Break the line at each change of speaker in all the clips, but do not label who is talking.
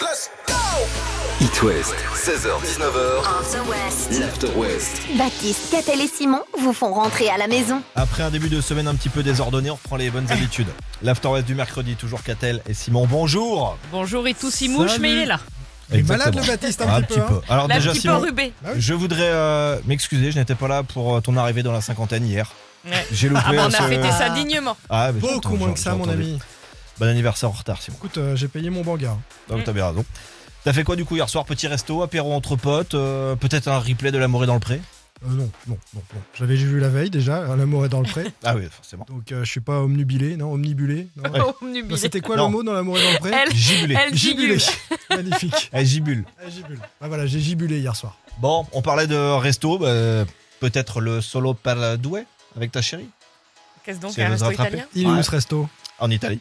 Let's go
It West, 16h-19h,
After West.
l'After West.
Baptiste, Catel et Simon vous font rentrer à la maison.
Après un début de semaine un petit peu désordonné, on reprend les bonnes habitudes. L'After West du mercredi, toujours Catel et Simon. Bonjour
Bonjour et tout s'y mouche,
Salut.
mais il est là.
Il est malade, le Baptiste, un
Ah,
petit peu, hein.
Alors
Là, un
déjà,
petit peu
Simon,
enrubé.
Ah
je voudrais euh, m'excuser, je n'étais pas là pour euh, ton arrivée dans la cinquantaine hier.
Ouais.
J'ai loupé euh,
Ah, bah, on
ce-
a fêté ça
Ah.
dignement.
Ah, mais j'ai
Beaucoup
entendu,
moins que ça,
j'ai
mon
entendu.
ami.
Bon anniversaire en retard, Simon.
Écoute, euh, j'ai payé mon banga.
Donc
Mm.
t'as bien raison. T'as fait quoi du coup hier soir Petit resto, apéro entre potes, euh, peut-être un replay de l'amour est dans le pré
Euh, non, non, non, non. J'avais vu la veille déjà, hein, l'amour est dans le pré.
Ah oui, forcément.
Donc euh, je suis pas omnubilé, non, omnibulé. non.
Ouais.
Non,
Omnubilé.
C'était quoi
Non.
le mot dans l'amour est dans le pré
Elle-
Gibulé.
elle
Gibulé.
gigule.
Magnifique.
Eh, Gibule.
Ah, gibule. Ah, voilà, j'ai gibulé hier soir.
Bon, on parlait de resto, bah, peut-être le solo per due avec ta chérie
Qu'est-ce donc
Si elle
un
veut se
resto
rattraper.
italien
Il est
Ouais.
où ce resto
en Italie.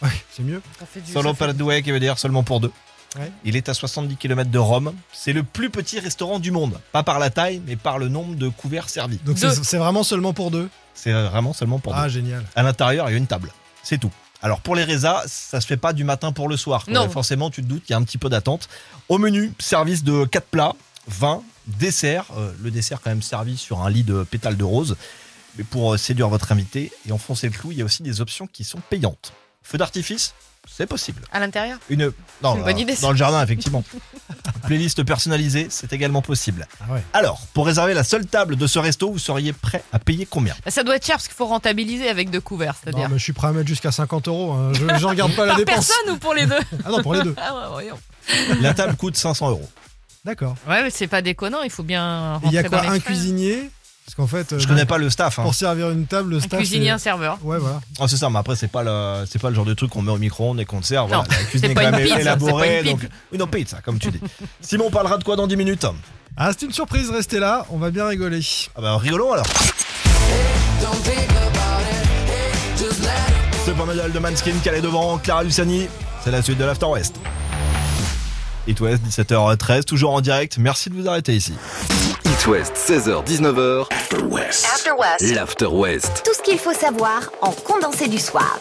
Ouais, c'est mieux.
Ça fait du-
Solo
ça
per
fait-
due qui veut dire seulement pour deux.
Ouais.
Il est à 70 km de Rome. C'est le plus petit restaurant du monde. Pas par la taille, mais par le nombre de couverts servis.
Donc c'est-
Deux.
c'est vraiment seulement pour deux.
C'est vraiment seulement pour
ah,
deux.
génial.
À l'intérieur, il y a une table. C'est tout. Alors pour les résas, ça se fait pas du matin pour le soir. quoi.
Non.
Et Forcément, tu te doutes qu'il y a un petit peu d'attente. Au menu, service de 4 plats, vin, dessert. Euh, le dessert quand même servi sur un lit de pétales de rose. Mais pour euh, séduire votre invité et enfoncer le clou, il y a aussi des options qui sont payantes. Feu d'artifice, c'est possible.
À l'intérieur
Une, non,
C'est une
là,
bonne idée,
dans
ça.
le jardin, effectivement. Playlist personnalisée, c'est également possible.
Ah ouais.
Alors, pour réserver la seule table de ce resto, vous seriez prêt à payer combien
Bah, Ça doit être cher parce qu'il faut rentabiliser avec deux couverts,
Non,
c'est-à-dire.
mais je suis prêt à mettre jusqu'à 50 euros. hein. Je, je regarde pas la
Par
dépense.
personne ou pour les deux
Ah non, pour les deux.
Ah ouais, voyons.
La table coûte 500 euros.
D'accord.
Ouais, mais c'est pas déconnant, il faut bien
Et Il y a
rentrer
quoi
dans les
Un
frais.
cuisinier Parce qu'en fait, euh,
Je connais pas le staff. hein.
pour servir une table, le
Un
staff.
cuisinier,
c'est-
un serveur.
Ouais, voilà.
Ah, c'est ça, mais après, c'est pas le, c'est pas le genre de truc qu'on met au micro-ondes et qu'on sert.
Non,
Voilà, la cuisine
c'est
est
pas
quand
une
même
pizza, c'est pas
élaborée.
une
donc... Oui, non, pizza, comme tu dis. Simon, on parlera de quoi dans 10 minutes
Ah, c'est une surprise, restez là, on va bien rigoler.
Ah bah, rigolons alors. C'est pas mal de Manskin qui allait devant Clara Luciani. C'est la suite de l'After West. It West, 17h13, toujours en direct. Merci de vous arrêter ici.
It West, 16h-19h,
After West.
After West.
l'After West.
Tout ce qu'il faut savoir en condensé du soir.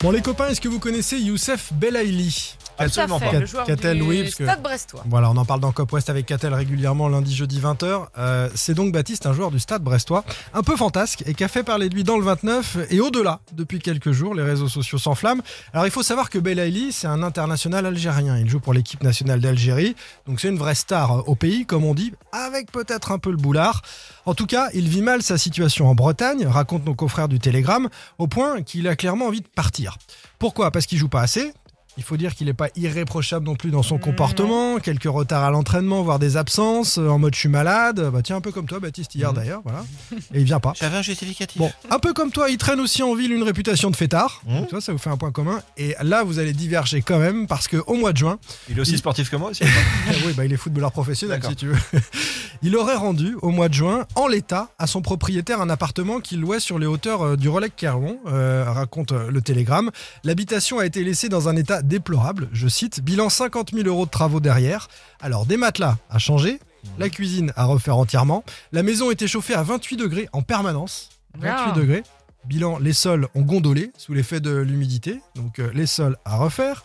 Bon, les copains, est-ce que vous connaissez Youssef Belaili
Absolument
Tout
pas.
à fait, le
Cat-
joueur
Catel,
du
oui, parce que-
Stade Brestois.
Voilà, on en parle dans Cop West avec Catel régulièrement lundi, jeudi 20h. Euh, c'est donc Baptiste, un joueur du stade brestois, un peu fantasque et qui a fait parler de lui dans le 29 et au-delà depuis quelques jours. Les réseaux sociaux s'enflamment. Alors il faut savoir que Belaili, c'est un international algérien. Il joue pour l'équipe nationale d'Algérie. Donc c'est une vraie star euh, au pays, comme on dit, avec peut-être un peu le boulard. En tout cas, il vit mal sa situation en Bretagne, racontent nos confrères du Télégramme, au point qu'il a clairement envie de partir. Pourquoi Parce qu'il joue pas assez. Il faut dire qu'il n'est pas irréprochable non plus dans son
Mmh,
comportement, quelques retards à l'entraînement, voire des absences, euh, en mode je suis malade, bah tiens un peu comme toi Baptiste hier
Mmh.
d'ailleurs, voilà. Et il vient pas.
J'avais un justificatif.
Bon, un peu comme toi, il traîne aussi en ville une réputation de fêtard.
Mmh.
Donc, ça, ça vous fait un point commun. Et là, vous allez diverger quand même parce que au mois de juin,
Il est aussi sportif que moi aussi.
ah oui, bah, il est footballeur professionnel
D'accord.
si tu veux. Il aurait rendu au mois de juin, en l'état, à son propriétaire un appartement qu'il louait sur les hauteurs euh, du relais de Clermont, euh, raconte euh, le Télégramme. L'habitation a été laissée dans un état déplorable, je cite, bilan 50 000 euros de travaux derrière. Alors des matelas à changer, la cuisine à refaire entièrement, la maison était chauffée à 28 degrés en permanence. 28
Ah.
degrés. Bilan, les sols ont gondolé sous l'effet de l'humidité, donc euh, les sols à refaire.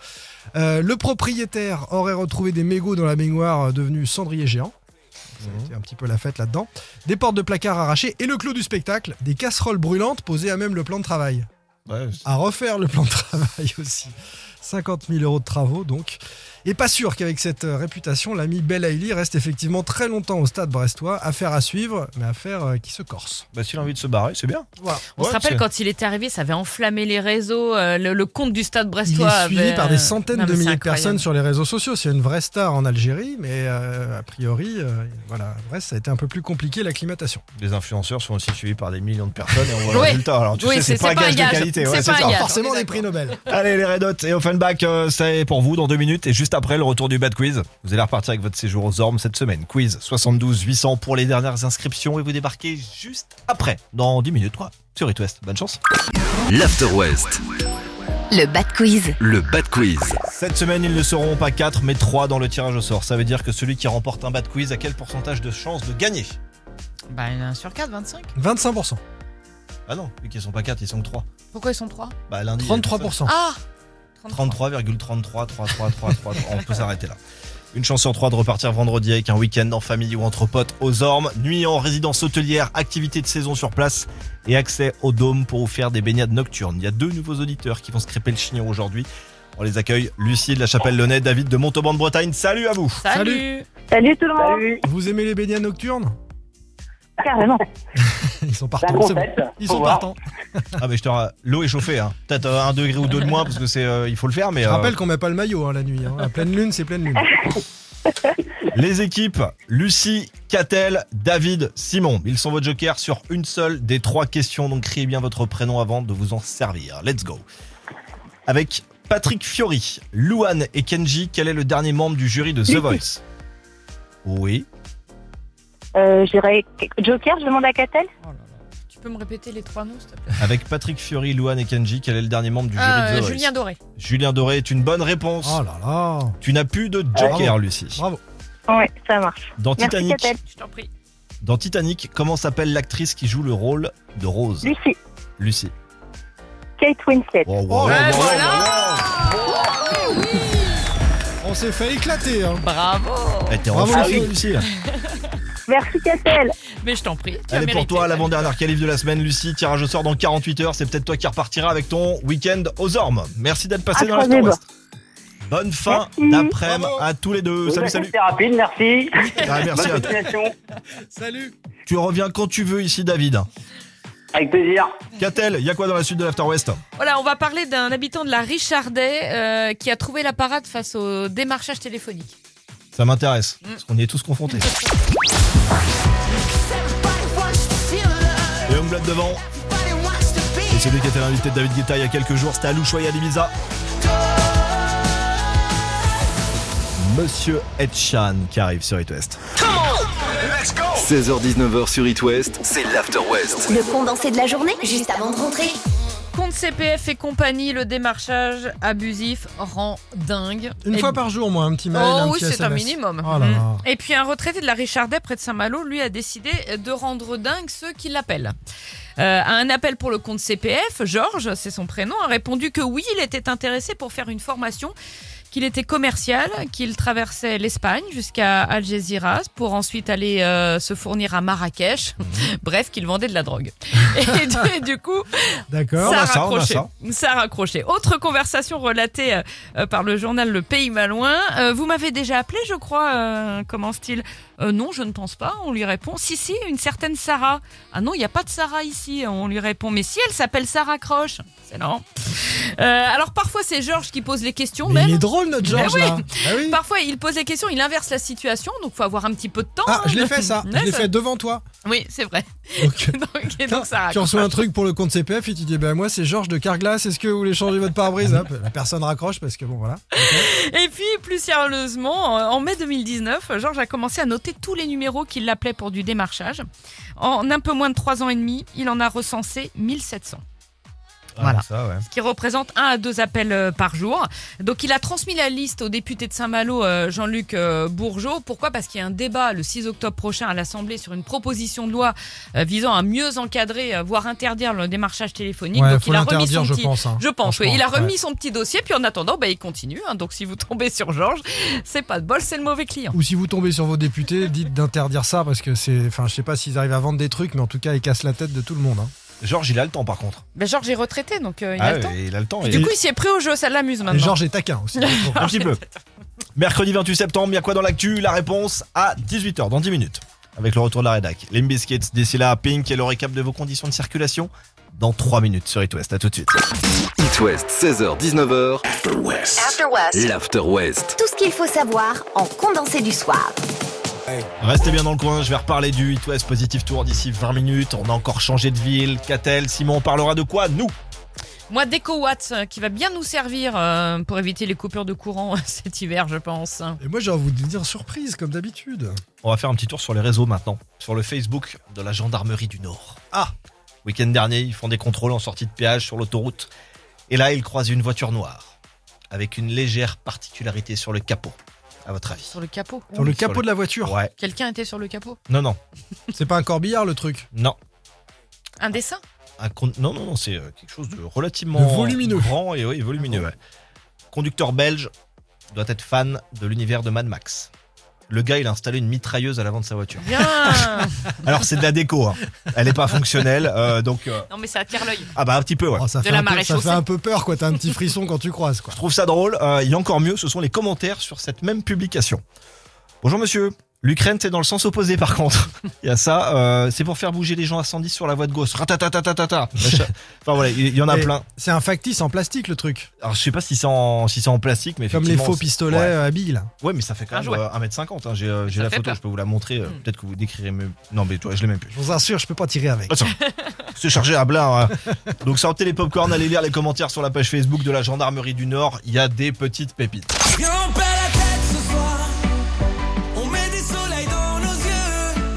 Euh, le propriétaire aurait retrouvé des mégots dans la baignoire euh, devenue cendrier géant. Ça a été un petit peu la fête là-dedans. Des portes de placard arrachées et le clou du spectacle, des casseroles brûlantes posées à même le plan de travail.
Ouais,
À refaire le plan de travail aussi. 50 000 euros de travaux donc. Et pas sûr qu'avec cette euh, réputation, l'ami Belaïli reste effectivement très longtemps au stade brestois. Affaire à suivre, mais affaire euh, qui se corse.
bah, s'il a envie de se barrer, c'est bien.
Voilà.
On
Ouais,
se rappelle
c'est-
quand il était arrivé, ça avait enflammé les réseaux, euh, le, le compte du Stade
Il
Brestois.
est suivi
avait- euh,
par des centaines
ben, Non,
de
mais c'est
milliers de
incroyable.
personnes sur les réseaux sociaux. C'est une vraie star en Algérie, mais euh, a priori, euh, voilà, bref, ça a été un peu plus compliqué l'acclimatation.
Les influenceurs sont aussi suivis par des millions de personnes et on voit le
Oui.
résultat. Alors tu
Oui,
sais,
c'est-
c'est pas
c'est
un
pas
gage
un gage.
de qualité. ouais,
C'est
c'est
pas un
ça.
gage.
Forcément
Ah, on est
des prix Nobel.
Allez, les Red Hot et Offenbach, euh, c'est pour vous dans deux minutes. Et juste après, le retour du Bad Quiz. Vous allez repartir avec votre séjour aux Ormes cette semaine. Quiz 72-800 pour les dernières inscriptions. Et vous débarquez juste après, dans 10 minutes, quoi, sur It West. Bonne chance.
L'After West,
Le Bad Quiz.
le Bad Quiz.
Cette semaine, ils ne seront pas 4, mais 3 dans le tirage au sort. Ça veut dire que celui qui remporte un Bad Quiz a quel pourcentage de chance de gagner
Bah, il y en a un sur 4, 25.
25%,
Ah non, vu qu'ils sont pas 4, ils sont que 3.
Pourquoi ils sont 3
Bah lundi. il y a personne.
33%.
Ah
33,333333. On peut s'arrêter là. Une chance sur trois de repartir vendredi avec un week-end en famille ou entre potes aux Ormes. Nuit en résidence hôtelière, activité de saison sur place et accès au dôme pour vous faire des baignades nocturnes. Il y a deux nouveaux auditeurs qui vont se crêper le chignon aujourd'hui. On les accueille, Lucie de la Chapelle Launay, David de Montauban de Bretagne. Salut à vous
Salut.
Salut tout le monde.
Vous aimez les baignades nocturnes
Ah, Carrément.
Ils sont
La
partants,
grosse
c'est bon.
tête.
Ils
Faut
sont
voir.
partants.
Ah mais je te ra- l'eau est chauffée, hein. peut-être euh, un degré ou deux de moins parce que c'est, euh, il faut le faire. Mais
Je
euh,
rappelle qu'on met pas le maillot hein, la nuit. hein. La pleine lune, c'est pleine lune.
Les équipes, Lucie, Catel, David, Simon. Ils sont votre joker sur une seule des trois questions, donc criez bien votre prénom avant de vous en servir. Let's go. Avec Patrick Fiori, Louane et Kenji, quel est le dernier membre du jury de The Voice Oui.
Euh, je dirais Joker, je demande à Catel.
Oh là là. Tu peux me répéter les trois noms, s'il te plaît
Avec Patrick Fiori, Louane et Kenji, quel est le dernier membre du jury
Ah,
de
euh,
The Voice
Julien Doré.
Julien Doré est une bonne réponse.
Oh là là.
Tu n'as plus de joker,
Bravo.
Lucie.
Bravo.
Ouais, ça marche.
Dans
Merci,
Titanic,
Catel.
Je t'en
Oh,
prie.
dans Titanic, comment s'appelle l'actrice qui joue le rôle de Rose
Lucie,
Lucie.
Kate Winslet.
Oh, wow,
Oh,
wow,
Ouais,
wow,
voilà
On s'est fait éclater. hein.
Bravo
Elle était en
Bravo,
feu,
Lucie.
Lucie.
Merci Catel.
Mais je t'en prie. tu as
Elle est pour
mérité,
toi,
David.
l'avant-dernière calife de la semaine, Lucie. Tirage au sort dans 48 heures. C'est peut-être toi qui repartiras avec ton week-end aux Ormes. Merci d'être passé
À
dans
croiser les
l'After West. Bonne fin
Merci.
d'après-midi
Bravo.
à tous les deux.
Oui,
Salut,
bah,
salut.
C'était rapide, merci.
Ah, merci.
Bonne
à-
continuation.
Salut.
Tu reviens quand tu veux ici, David.
Avec plaisir.
Qu'a-t-elle Il y a quoi dans la suite de l'After West
Voilà, on va parler d'un habitant de la Richardet euh, qui a trouvé la parade face au démarchage téléphonique.
Ça m'intéresse.
Mm.
Parce qu'on y est tous confrontés. Youngblood devant. Et celui qui était l'invité de David Guetta il y a quelques jours, c'était à Ushuaïa d'Ibiza. Monsieur Etchan qui arrive sur It West.
16h-19h sur It West, c'est l'After West.
Le condensé de la journée, juste avant de rentrer.
Compte CPF et compagnie, le démarchage abusif rend dingue.
Une
Et-
fois par jour, moi, un petit mail.
Oh
un
oui,
petit
c'est un
SMS.
minimum.
Oh là
Mm.
là.
Et puis un retraité de la Richardet près de Saint-Malo, lui a décidé de rendre dingue ceux qui l'appellent. Euh, à un appel pour le compte CPF, Georges, c'est son prénom, a répondu que oui, il était intéressé pour faire une formation, qu'il était commercial, qu'il traversait l'Espagne jusqu'à Algeciras pour ensuite aller euh, se fournir à Marrakech.
Mhm.
Bref, qu'il vendait de la drogue. Et du- du coup,
D'accord.
on
ça
a
a
ça, on a
raccroché.
ça.
Ça a raccroché. Autre conversation relatée euh, euh, par le journal Le Pays Malouin. Euh, vous m'avez déjà appelé, je crois. euh, commence-t-il Euh, Non, je ne pense pas. On lui répond. Si, si, une certaine Sarah. Ah non, il n'y a pas de Sarah ici. On lui répond. Mais si, elle s'appelle Sarah Croche. C'est non. Euh, alors parfois, c'est Georges qui pose les questions.
Mais
même.
il est drôle notre Georges
oui.
là. Ah oui.
Parfois, il pose les questions, il inverse la situation, donc faut avoir un petit peu de temps.
Ah,
hein.
je l'ai fait ça.
Ouais,
Je l'ai
ça-
fait devant toi.
Oui, c'est vrai.
Donc, euh,
donc, et donc, ça
tu
raccroche.
reçois un truc pour le compte CPF et tu dis bah, moi c'est Georges de Carglass. Est-ce que vous voulez changer votre pare-brise Hop, La personne raccroche parce que bon voilà.
Et puis, plus sérieusement, euh, en mai 2019, Georges a commencé à noter tous les numéros qui l'appelaient pour du démarchage. En un peu moins de trois ans et demi, il en a recensé 1700, Voilà.
Ah, Ça, ouais.
ce qui représente un à deux appels euh, par jour. Donc, il a transmis la liste au député de Saint-Malo, euh, Jean-Luc euh, Bourgeot. Pourquoi Parce qu'il y a un débat le 6 octobre prochain à l'Assemblée sur une proposition de loi euh, visant à mieux encadrer, euh, voire interdire le démarchage téléphonique.
Ouais,
Donc,
faut
il a remis son
l'interdire je
petit,
pense. hein.
je pense, oui.
Franchement,
Il a remis
ouais.
son petit dossier, puis en attendant, bah, il continue. hein. Donc si vous tombez sur Georges, c'est pas de bol, c'est le mauvais client.
Ou si vous tombez sur vos députés, dites d'interdire ça parce que c'est. Enfin, je sais pas s'ils arrivent à vendre des trucs, mais en tout cas, ils cassent la tête de tout le monde. hein.
Georges, il a le temps par contre.
Mais Bah, Georges est retraité, donc euh, il a
Ah
le temps.
oui, il a le temps.
Puis
et-
du coup, il s'y est pris au jeu, ça l'amuse
Et
maintenant.
Georges est taquin aussi.
Un petit peu. Mercredi 28 septembre, il y a quoi dans l'actu La réponse à 18h, dans 10 minutes. Avec le retour de la rédac. Les Biscuits, d'ici là, Pink et le récap de vos conditions de circulation dans 3 minutes sur It West. À tout de suite.
It West, 16h-19h,
After West.
l'After West.
Tout ce qu'il faut savoir en condensé du soir.
Restez bien dans le coin, je vais reparler du It West Positive Tour d'ici 20 minutes. On a encore changé de ville. Catel, Simon, on parlera de quoi Nous
Moi, DecoWatt, euh, qui va bien nous servir euh, pour éviter les coupures de courant cet hiver, je pense.
Et moi, j'ai envie de dire surprise, comme d'habitude.
On va faire un petit tour sur les réseaux maintenant, sur le Facebook de la gendarmerie du Nord. Ah Week-end dernier, ils font des contrôles en sortie de péage sur l'autoroute. Et là, ils croisent une voiture noire, avec une légère particularité sur le capot, à votre avis.
Sur le capot.
Dans le
Sur
capot
le-
de la voiture.
Ouais.
Quelqu'un était sur le capot.
Non, non,
C'est pas un corbillard le truc.
non.
Un dessin
Un con- Non, non, non, c'est euh, quelque chose de relativement
De volumineux. Ah
grand et oui, volumineux. ouais. Conducteur belge, doit être fan de l'univers de Mad Max. Le gars, il a installé une mitrailleuse à l'avant de sa voiture.
Bien
Alors, c'est de la déco. hein. Elle n'est pas fonctionnelle. euh, donc, euh,
Non, mais ça attire l'œil.
ah bah, un petit peu, ouais.
Oh, ça,
De
fait
la
un peu,
marée
ça fait
chaussée.
un peu peur, quoi. T'as un petit frisson quand tu croises, quoi.
Je trouve ça drôle. Euh, et encore mieux, ce sont les commentaires sur cette même publication. Bonjour monsieur. L'Ukraine, c'est dans le sens opposé par contre. Il y a ça. euh, c'est pour faire bouger les gens à 110 sur la voie de gauche. Ratatatatata. Enfin voilà, il y en a
Et-
plein.
C'est un factice en plastique, le truc.
Alors je sais pas si c'est en, si c'est en plastique, mais
Comme les
effectivement,
faux
c'est-
pistolets
Ouais.
euh, à billes, là.
Ouais, mais ça fait quand
Un
même
jouet.
euh, 1m50. hein. J'ai euh, j'ai
Ça
la
fait
photo,
peur.
je peux vous la montrer. euh,
Hmm.
Peut-être que vous décrirez mieux. Non, mais toi, je l'ai même plus.
Je vous assure, je peux pas tirer avec.
Attends, c'est chargé à blin. hein. Donc sortez les popcorn, allez lire les commentaires sur la page Facebook de la gendarmerie du Nord. Il y a des petites pépites.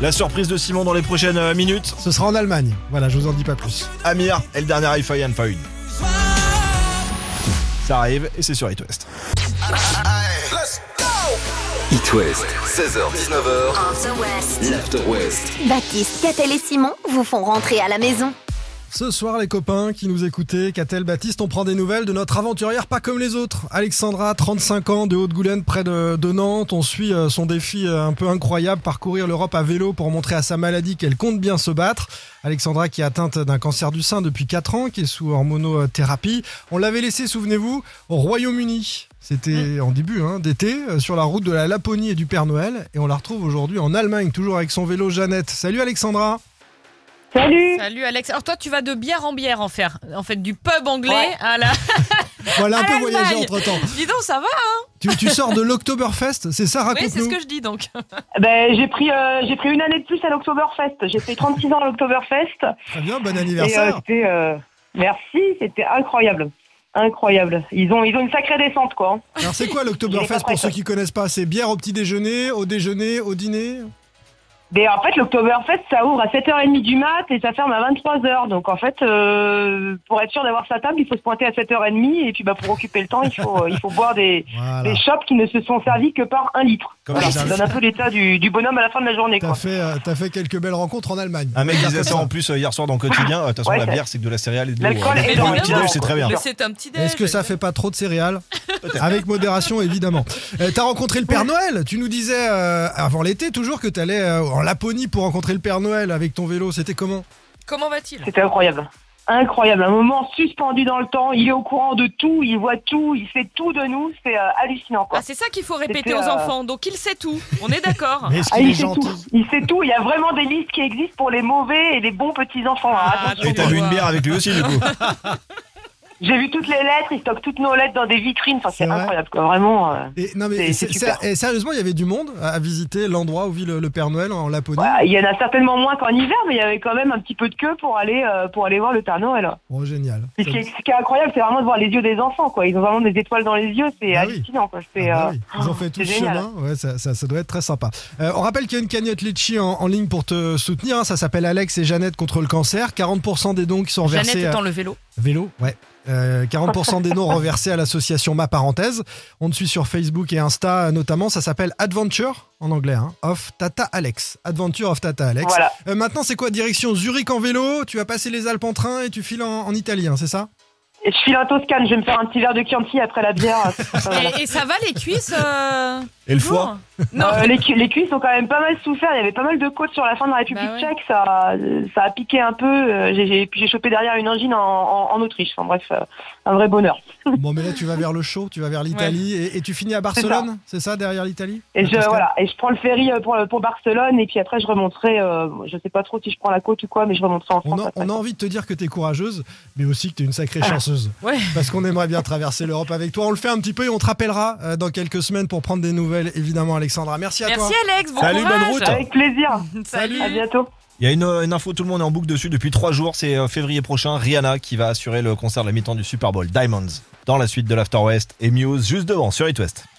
La surprise de Simon dans les prochaines euh, minutes.
Ce sera en Allemagne. Voilà, je vous en dis pas plus.
Amir et le dernier iPhone Yann Faoun. Ça arrive et c'est sur It West.
It West, 16h-19h,
After West.
l'After West.
Baptiste, Catel et Simon vous font rentrer à la maison.
Ce soir, les copains qui nous écoutaient, Catel Baptiste, on prend des nouvelles de notre aventurière pas comme les autres. Alexandra, 35 ans, de Haute-Goulaine, près de, de Nantes. On suit euh, son défi euh, un peu incroyable, parcourir l'Europe à vélo pour montrer à sa maladie qu'elle compte bien se battre. Alexandra qui est atteinte d'un cancer du sein depuis 4 ans, qui est sous hormonothérapie. On l'avait laissée, souvenez-vous, au Royaume-Uni. C'était en début hein, d'été, euh, sur la route de la Laponie et du Père Noël. Et on la retrouve aujourd'hui en Allemagne, toujours avec son vélo Jeannette. Salut Alexandra
Salut
Salut Alex. Alors toi, tu vas de bière en bière en faire. En fait, du pub anglais à la.
Voilà un peu voyagé
l'Allemagne.
entre-temps.
Dis donc, ça va
Ah, Tu, tu sors de l'Oktoberfest, c'est ça
Oui, c'est
Raconte-nous.
ce que je dis donc.
ben, J'ai pris, euh, j'ai pris une année de plus à l'Oktoberfest. J'ai fait 36 ans à l'Oktoberfest.
Très bien, bon
Et euh,
anniversaire.
c'était, euh, merci, c'était incroyable. Incroyable. Ils ont, ils ont une sacrée descente, quoi.
Alors c'est quoi
j'ai pas
l'Oktoberfest pour
compris.
ceux qui connaissent pas C'est bière au petit déjeuner, au déjeuner, au dîner.
Mais en fait, l'Oktoberfest, ça ouvre à 7h30 du mat et ça ferme à 23h. Donc, en fait, euh, pour être sûr d'avoir sa table, il faut se pointer à 7h30. Et puis, bah, pour occuper le temps, il faut, il faut boire des,
Voilà.
des shops qui ne se sont servis que par un litre.
Comme
Voilà,
les
ça donne un peu l'état du, du bonhomme à la fin de la journée,
T'as
quoi. Ah.
fait, euh, t'as fait quelques belles rencontres en Allemagne.
Un mec
Regarde
disait ça
comme
en plus euh, hier soir dans le quotidien. Euh, De toute façon,
Ouais,
la
ça-
bière, c'est que de la céréale et de l'eau.
L'alcool
Euh,
est
Dans un
évident.
petit déj, c'est très bien.
Mais c'est un petit déj.
Est-ce que ça fait pas trop de céréales Avec modération, évidemment. Euh, T'as rencontré le Père Noël. Tu nous disais euh, avant l'été toujours que t'allais euh, en Laponie pour rencontrer le Père Noël avec ton vélo. C'était comment
Comment va-t-il
C'était incroyable. Incroyable. Un moment suspendu dans le temps. Il est au courant de tout. Il voit tout. Il fait tout de nous. C'est euh, hallucinant, quoi.
Ah, c'est ça qu'il faut répéter
C'était,
aux
euh,
enfants. Donc il sait tout. On est d'accord.
Mais est-ce
Ah,
qu'il est
il sait tout.
gentil
Il sait tout. Il y a vraiment des listes qui existent pour les mauvais et les bons petits enfants. hein.
Ah,
Attention.
Et t'as vu une bière avec lui aussi, du coup.
J'ai vu toutes les lettres. Il stocke toutes nos lettres dans des vitrines. Enfin,
C'est
c'est
vrai
incroyable, quoi. Vraiment. euh,
Et, non mais c'est-
C'est- c'est super.
c'est- et sérieusement, il y avait du monde à à visiter l'endroit où vit le, le Père Noël en Laponie.
voilà. Il y en a certainement moins qu'en hiver, mais il y avait quand même un petit peu de queue pour aller euh, pour aller voir le Père Noël.
Oh, génial.
Et Ce qui est, ce qui est incroyable, c'est vraiment de voir les yeux des enfants, quoi. Ils ont vraiment des étoiles dans les yeux. C'est
Ah oui.
hallucinant, quoi. C'est,
Ah bah
euh,
oui, Ils ont fait tout
c'est
le
génial.
chemin, ouais, ça, ça- ça doit être très sympa. Euh, on rappelle qu'il y a une cagnotte Litchi en, en ligne pour te soutenir, hein. ça s'appelle Alex et Jeannette contre le cancer. 40% des dons qui sont
Jeannette
euh.
reversés
est
à...
dans le vélo.
Vélo, ouais. Euh, 40% des dons reversés à l'association Ma Parenthèse. On te suit sur Facebook et Insta notamment, ça s'appelle Adventure, en anglais, hein, of Tata Alex. Adventure of Tata Alex.
Voilà.
Euh, maintenant c'est quoi Direction Zurich en vélo, tu vas passer les Alpes en train et tu files en, en Italie, hein, c'est ça
Et Je file un Toscane, je vais me faire un petit verre de Chianti après la bière. euh, Voilà.
Et, et ça va les cuisses euh,
Et le
lourd
foie
Non.
Euh, les, cu- les cuisses ont quand même pas mal souffert. Il y avait pas mal de côtes sur la fin de la République
Bah ouais.
tchèque. Ça, ça a piqué un peu. Euh, j'ai- J'ai puis j'ai chopé derrière une angine en, en- en Autriche. Enfin bref, euh, un vrai bonheur.
Bon mais là tu vas vers le show, tu vas vers l'Italie et, et tu finis à Barcelone, c'est ça, derrière l'Italie
Et
La
je,
Toscane
voilà, et je prends le ferry euh, pour, pour Barcelone. Et puis après, je remonterai. euh, je sais pas trop si je prends la côte ou quoi, mais je remonterai en
On
France.
a,
après.
on a envie de te dire que t'es courageuse, mais aussi que t'es une sacrée chanceuse.
Ouais.
Parce qu'on aimerait bien traverser l'Europe avec toi. On le fait un petit peu et on te rappellera euh, dans quelques semaines pour prendre des nouvelles, évidemment, Alexandra. Merci à toi.
Merci Alex. Bon
Salut, bonne
courage.
route. hein.
Avec plaisir.
Salut.
À bientôt.
Il y a une, une info, tout le monde est en boucle dessus depuis trois jours. C'est euh, février prochain, Rihanna qui va assurer le concert de la mi-temps du Super Bowl Diamonds dans la suite de l'After West et Muse juste devant sur It West.